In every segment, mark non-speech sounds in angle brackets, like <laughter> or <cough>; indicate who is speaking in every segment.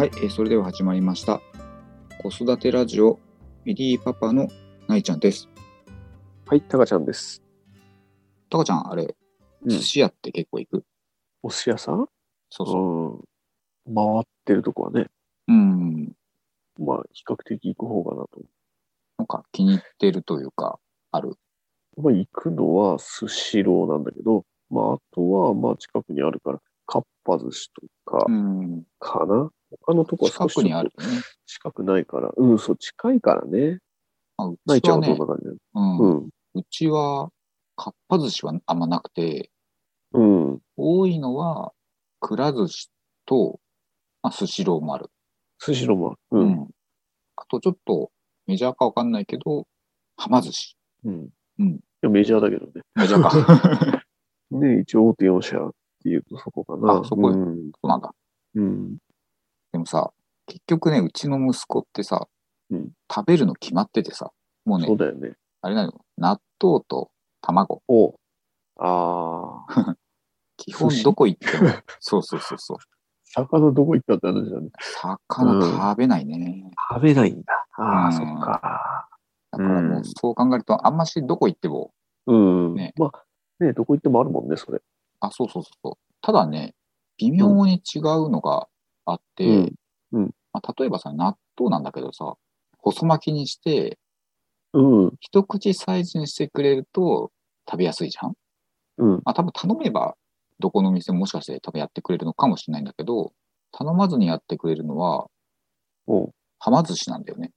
Speaker 1: えーそれでは始まりました。子育てラジオ、ミディパパのないちゃんです。
Speaker 2: はい、タカちゃんです。
Speaker 1: たかちゃん、あれ、
Speaker 2: うん
Speaker 1: 寿司屋って結構行く、
Speaker 2: お寿司屋さん
Speaker 1: そうそう。
Speaker 2: うん。回ってるとこはね、
Speaker 1: うん。
Speaker 2: まあ、比較的行く方かなと。
Speaker 1: なんか気に入ってるというか、ある。
Speaker 2: まあ、行くのはスシローなんだけど、まあ、あとは、まあ、近くにあるから、かっぱ寿司とか
Speaker 1: ん。
Speaker 2: かな。他のとこは
Speaker 1: 近
Speaker 2: 少し
Speaker 1: くにある
Speaker 2: ちょっ
Speaker 1: よね。
Speaker 2: と近くないから。うん、そう、近いからね。
Speaker 1: あう
Speaker 2: ない
Speaker 1: ち
Speaker 2: ち
Speaker 1: は
Speaker 2: ゃん
Speaker 1: ね
Speaker 2: はどんな、感じな
Speaker 1: うん、
Speaker 2: の
Speaker 1: うちは、かっぱ寿司はあんまなくて、
Speaker 2: うん。うん。
Speaker 1: 多いのは、くら寿司と、まあ、スシローもある。
Speaker 2: スシローもある。うん。
Speaker 1: ん。あと、ちょっと、メジャーかわかんないけど、はま寿司。
Speaker 2: うん。
Speaker 1: うん
Speaker 2: いや、メジャーだけどね。
Speaker 1: メジャー <laughs> か。
Speaker 2: ね、一応大手4社っていうとそこかな。
Speaker 1: あそこ
Speaker 2: うん。
Speaker 1: そうなんだ。
Speaker 2: うん。
Speaker 1: でもさ、結局ね、うちの息子ってさ、
Speaker 2: うん
Speaker 1: 食べるの決まっててさ、もう
Speaker 2: そ
Speaker 1: ね
Speaker 2: う、だよね。
Speaker 1: あれなの、納豆と卵。
Speaker 2: おああ。
Speaker 1: 基本
Speaker 2: 寿司
Speaker 1: どこ行って
Speaker 2: <laughs>
Speaker 1: も、そうそうそうそう。
Speaker 2: 魚どこ行ったって話だね。
Speaker 1: 魚食べないね。
Speaker 2: 食べないんだ。ああ、
Speaker 1: うん
Speaker 2: そっか。
Speaker 1: だから
Speaker 2: う
Speaker 1: もうんそう考えると、あんましどこ行っても、
Speaker 2: うん。
Speaker 1: ね
Speaker 2: まあ、ねどこ行ってもあるもんね、それ。
Speaker 1: あ、そうそうそうそう。ただね、微妙に違うのがあって、
Speaker 2: うんうん
Speaker 1: まあ、例えばさ、納豆なんだけどさ、細巻きにして、
Speaker 2: うん。
Speaker 1: 一口サイズにしてくれると食べやすいじゃん
Speaker 2: うん。
Speaker 1: まあ、多分頼めば、どこの店ももしかして多分やってくれるのかもしれないんだけど、頼まずにやってくれるのは、
Speaker 2: お
Speaker 1: はま寿司なんだよね。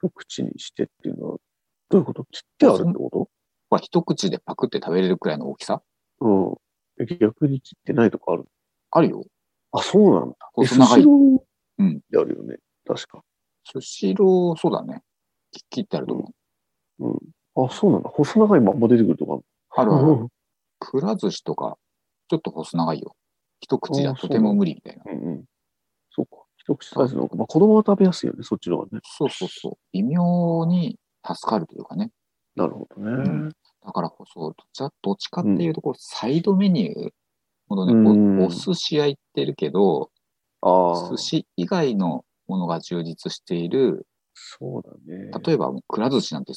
Speaker 2: 一口にしてっていうのは、どういうこと切ってあるってこ
Speaker 1: ほら、一口でパクって食べれるくらいの大きさ
Speaker 2: とうん。逆に切ってないとこある。
Speaker 1: あるよ。
Speaker 2: あ、そうなんだ。え
Speaker 1: 細長い
Speaker 2: スシロー
Speaker 1: うん
Speaker 2: ってあるよね。確か。
Speaker 1: スシロー、そうだね。き切ってあると思う。
Speaker 2: あ、そうなんだ。細長いまんま出てくるとか
Speaker 1: あ
Speaker 2: あ
Speaker 1: る
Speaker 2: る
Speaker 1: ある。
Speaker 2: うん
Speaker 1: くら寿司とか、ちょっと細長いよ。一口じゃ
Speaker 2: あー
Speaker 1: とても無理みたいな。
Speaker 2: うんうん。そうか。一口サイズの方が、まあ、子供は食べやすいよね、そっちの方がね。
Speaker 1: そうそうそう。微妙に助かるというかね。
Speaker 2: なるほどね。
Speaker 1: んだからこそ、どっちかどっちかっていうと、こうサイドメニューほどね、
Speaker 2: うん
Speaker 1: こうお寿司屋行ってるけど、
Speaker 2: ああ。
Speaker 1: 寿司以外のものが充実している、
Speaker 2: そうだね。
Speaker 1: 例えばもうくら寿司なんて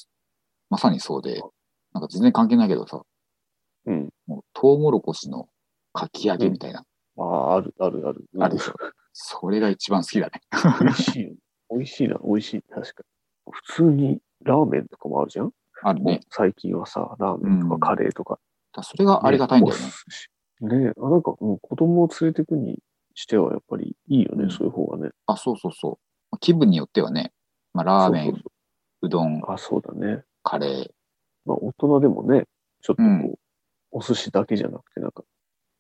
Speaker 1: まさにそうで、なんか全然関係ないけどさ、
Speaker 2: うん。
Speaker 1: もうトウモロコシのかき揚げみたいな、
Speaker 2: ああ、ある、ある、ある。
Speaker 1: あるでしょ。それが一番好きだね。
Speaker 2: 美味しいよ。美味しいな、美味しい。確かに。普通にラーメンとかもあるじゃん、
Speaker 1: あるね。
Speaker 2: 最近はさ、ラーメンと
Speaker 1: うん
Speaker 2: かカレーとか。
Speaker 1: だからそれがありがたいんだよね。
Speaker 2: お寿司ねあなんか、うん、子供を連れてくにしてはやっぱりいいよね、
Speaker 1: うん
Speaker 2: そういう方がね。
Speaker 1: あ、そうそうそう。まあ気分によってはね、まあ、ラーメン、う
Speaker 2: そうそう
Speaker 1: どん、
Speaker 2: そうあ、そうだね。
Speaker 1: カレー、
Speaker 2: まあ、大人でもね、ちょっとこう、
Speaker 1: うん
Speaker 2: お寿司だけじゃなくて、なんか、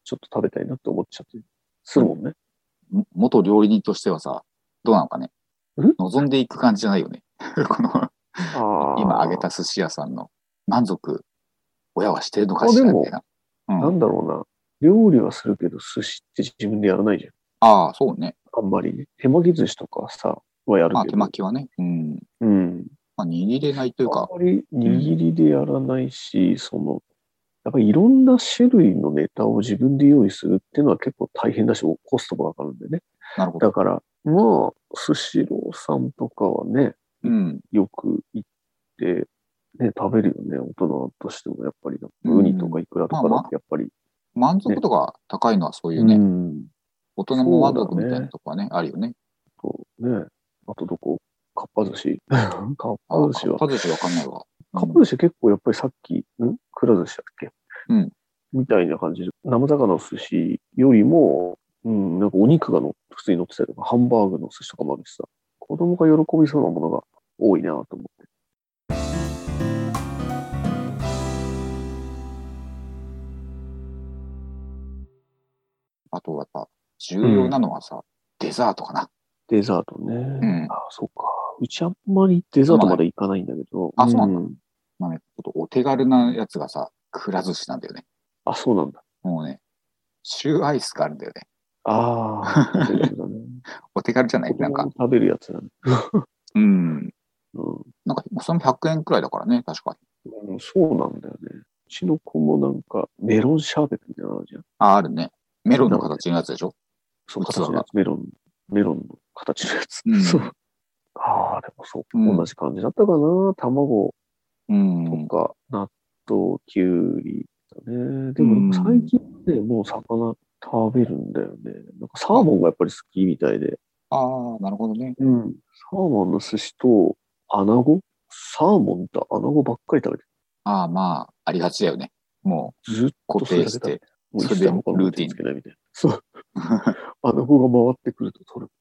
Speaker 2: ちょっと食べたいなって思っちゃって、するもんね。
Speaker 1: も元料理人としてはさ、どうなのかね
Speaker 2: ん。
Speaker 1: 望んでいく感じじゃないよね。 <laughs> この
Speaker 2: ああ。
Speaker 1: 今あげた寿司屋さんの満足、親はしてるのかしら
Speaker 2: あでも
Speaker 1: みたいな。うん
Speaker 2: なんだろうな。料理はするけど、寿司って自分でやらないじゃん。
Speaker 1: ああ、そうね。
Speaker 2: あんまりね。手巻き寿司とかさ、はやる
Speaker 1: まあ、
Speaker 2: け
Speaker 1: 手
Speaker 2: ど。
Speaker 1: 巻きはね。うん。
Speaker 2: うん。
Speaker 1: まあ、握れないというか、
Speaker 2: あんまり握りでやらないし、その、やっぱりいろんな種類のネタを自分で用意するっていうのは結構大変だし、コストもかかるんでね。
Speaker 1: なるほど。
Speaker 2: だから、まあ、スシローさんとかはね、
Speaker 1: うん。
Speaker 2: よく行って、ね、食べるよね、大人としても、やっぱり。ウニとかイクラとかだって、やっぱり。
Speaker 1: 満足度が高いのはそういうね、
Speaker 2: うん。
Speaker 1: 大人も満
Speaker 2: そ
Speaker 1: 足
Speaker 2: うだ
Speaker 1: み
Speaker 2: ね
Speaker 1: たいなとこはね、あるよね。
Speaker 2: そうね。あとどこかっぱ寿司。 <laughs> かっぱ寿司は。
Speaker 1: かっぱ寿司わかんないわ。
Speaker 2: かっぱ寿司は結構やっぱりさっき、んくら寿司だっけ
Speaker 1: うん。
Speaker 2: みたいな感じで、生魚の寿司よりも、うん、なんかお肉がの普通に乗ってたりとか、ハンバーグの寿司とかもあるしさ、子供が喜びそうなものが多いなと思って。
Speaker 1: あとはやっぱ、重要なのはさ、デザートかな。
Speaker 2: デザートね。
Speaker 1: ん
Speaker 2: あ、そうか。うちあんまりデザートまでいかないんだけど。
Speaker 1: あそうなん
Speaker 2: だ。
Speaker 1: まあね、ちょっとお手軽なやつがさ、くら寿司なんだよね。
Speaker 2: あ、そうなんだ。
Speaker 1: もうね、シューアイスがあるんだよね。
Speaker 2: ああ、そうだね。
Speaker 1: お手軽じゃない
Speaker 2: 子
Speaker 1: <laughs> なん
Speaker 2: 供
Speaker 1: か
Speaker 2: が、食べるやつだね。
Speaker 1: うん。
Speaker 2: うん。
Speaker 1: なんか、それも100円くらいだからね、確かに。
Speaker 2: うん、そうなんだよね。うちの子もなんか、メロンシャーベットみたいなのあるじゃん。
Speaker 1: あ、あるね。メロンの形のやつでしょ
Speaker 2: そう、
Speaker 1: 器が
Speaker 2: 形のやつメロン、メロンの形のやつ。
Speaker 1: うん
Speaker 2: そう。ああ、でもそう、
Speaker 1: うん
Speaker 2: 同じ感じだったかな。卵
Speaker 1: うん。
Speaker 2: とか、納豆、きゅうりだね。でも、最近ね、もう魚食べるんだよね。なんかサーモンがやっぱり好きみたいで。
Speaker 1: ああ、なるほどね。
Speaker 2: うん。サーモンの寿司と、アナゴサーモンとアナゴばっかり食べて
Speaker 1: ああ、まあ、ありがちだよね。もう、
Speaker 2: る、ずっ
Speaker 1: 固定して。
Speaker 2: もう
Speaker 1: それ
Speaker 2: 一
Speaker 1: で
Speaker 2: 切他のもの
Speaker 1: ルーティン
Speaker 2: 手つけないみたいな。そう。
Speaker 1: <laughs>
Speaker 2: アナゴが回ってくると取る。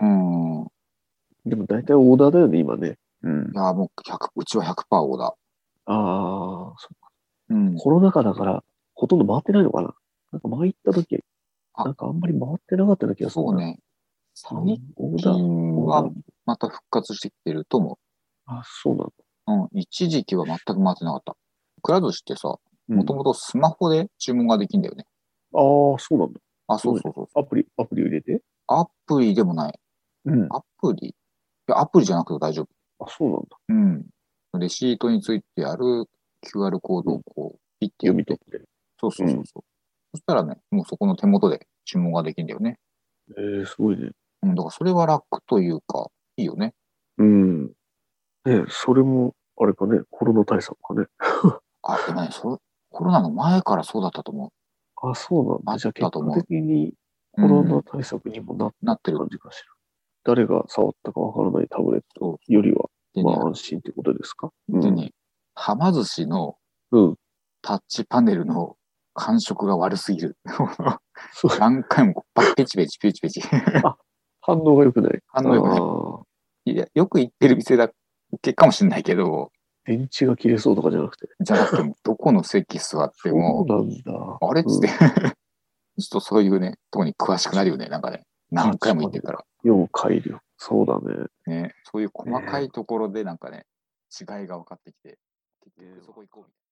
Speaker 1: うん。い
Speaker 2: でも大体オーダーだよね、今ね。うん。
Speaker 1: や、もう100、うちは100%オーダー。
Speaker 2: ああ、そ
Speaker 1: うん。
Speaker 2: コロナ禍だから、ほとんど回ってないのかな。なんか前行った時、
Speaker 1: あ
Speaker 2: なんかあんまり回ってなかったような気がする
Speaker 1: そ
Speaker 2: な。
Speaker 1: うね。
Speaker 2: う
Speaker 1: 最
Speaker 2: ん。オーダー。
Speaker 1: 近
Speaker 2: オー
Speaker 1: は
Speaker 2: ダー
Speaker 1: また復活してきてると思
Speaker 2: あ、そうなんだ。
Speaker 1: う。うん。一時期は全く回ってなかった。くら寿司ってさ、
Speaker 2: うん
Speaker 1: もともとスマホで注文ができんだよね。
Speaker 2: ああ、そうなんだ。
Speaker 1: あ、そうそうそう。
Speaker 2: アプリ、アプリを入れて。
Speaker 1: アプリでもない。
Speaker 2: うん。あ、
Speaker 1: アプリいや、アプリじゃなくて大丈夫。
Speaker 2: そうなんだ。
Speaker 1: うん。レシートについてある QR コードをこう、ピッて
Speaker 2: 読み取って。
Speaker 1: そうそうそうそう。そしたらね、もうそこの手元で注文ができるんだよね。
Speaker 2: ええー、すごいね。
Speaker 1: うん、だからそれは楽というか、いいよね。
Speaker 2: うん。ねえそれも、あれかね、コロナ対策かね。
Speaker 1: あ、でも
Speaker 2: <laughs>
Speaker 1: ね、それ、コロナの前からそうだったと思
Speaker 2: あ、そうなん
Speaker 1: あ
Speaker 2: だ。じゃ
Speaker 1: だ
Speaker 2: あ結
Speaker 1: と思う
Speaker 2: 果的に
Speaker 1: う。
Speaker 2: コロ
Speaker 1: う
Speaker 2: ナ
Speaker 1: ん
Speaker 2: 対策にもなっ
Speaker 1: なって
Speaker 2: て
Speaker 1: る
Speaker 2: る感じかしら。誰が触ったかわからないタブレッ
Speaker 1: そ
Speaker 2: トよりは、
Speaker 1: で
Speaker 2: ま
Speaker 1: ね、
Speaker 2: あ安心ってことですか。
Speaker 1: 本当
Speaker 2: うん
Speaker 1: に、はま寿司の
Speaker 2: うん。
Speaker 1: タッチパネルの感触が悪すぎる。 <laughs>
Speaker 2: そう。
Speaker 1: 何回もこうパッペチペチペチペチ。
Speaker 2: 反応が良くない。
Speaker 1: 反応良くない
Speaker 2: く
Speaker 1: いや、よく行ってる店だけかもしれないけど、
Speaker 2: ない。電池が切れそうとかじゃなくて。
Speaker 1: じゃなくて
Speaker 2: <laughs>
Speaker 1: も、どこの席座っても、
Speaker 2: そうなんだ。
Speaker 1: あれっ
Speaker 2: うん
Speaker 1: つ <laughs> って、ちょっとそういうね、とこに詳しくなるよね、なんかね。何回も言ってるから。
Speaker 2: 4回量。そうだね。
Speaker 1: ね、そういう細かいところでなんかね、違いが分かってきて、結局そこ行こうみたいな。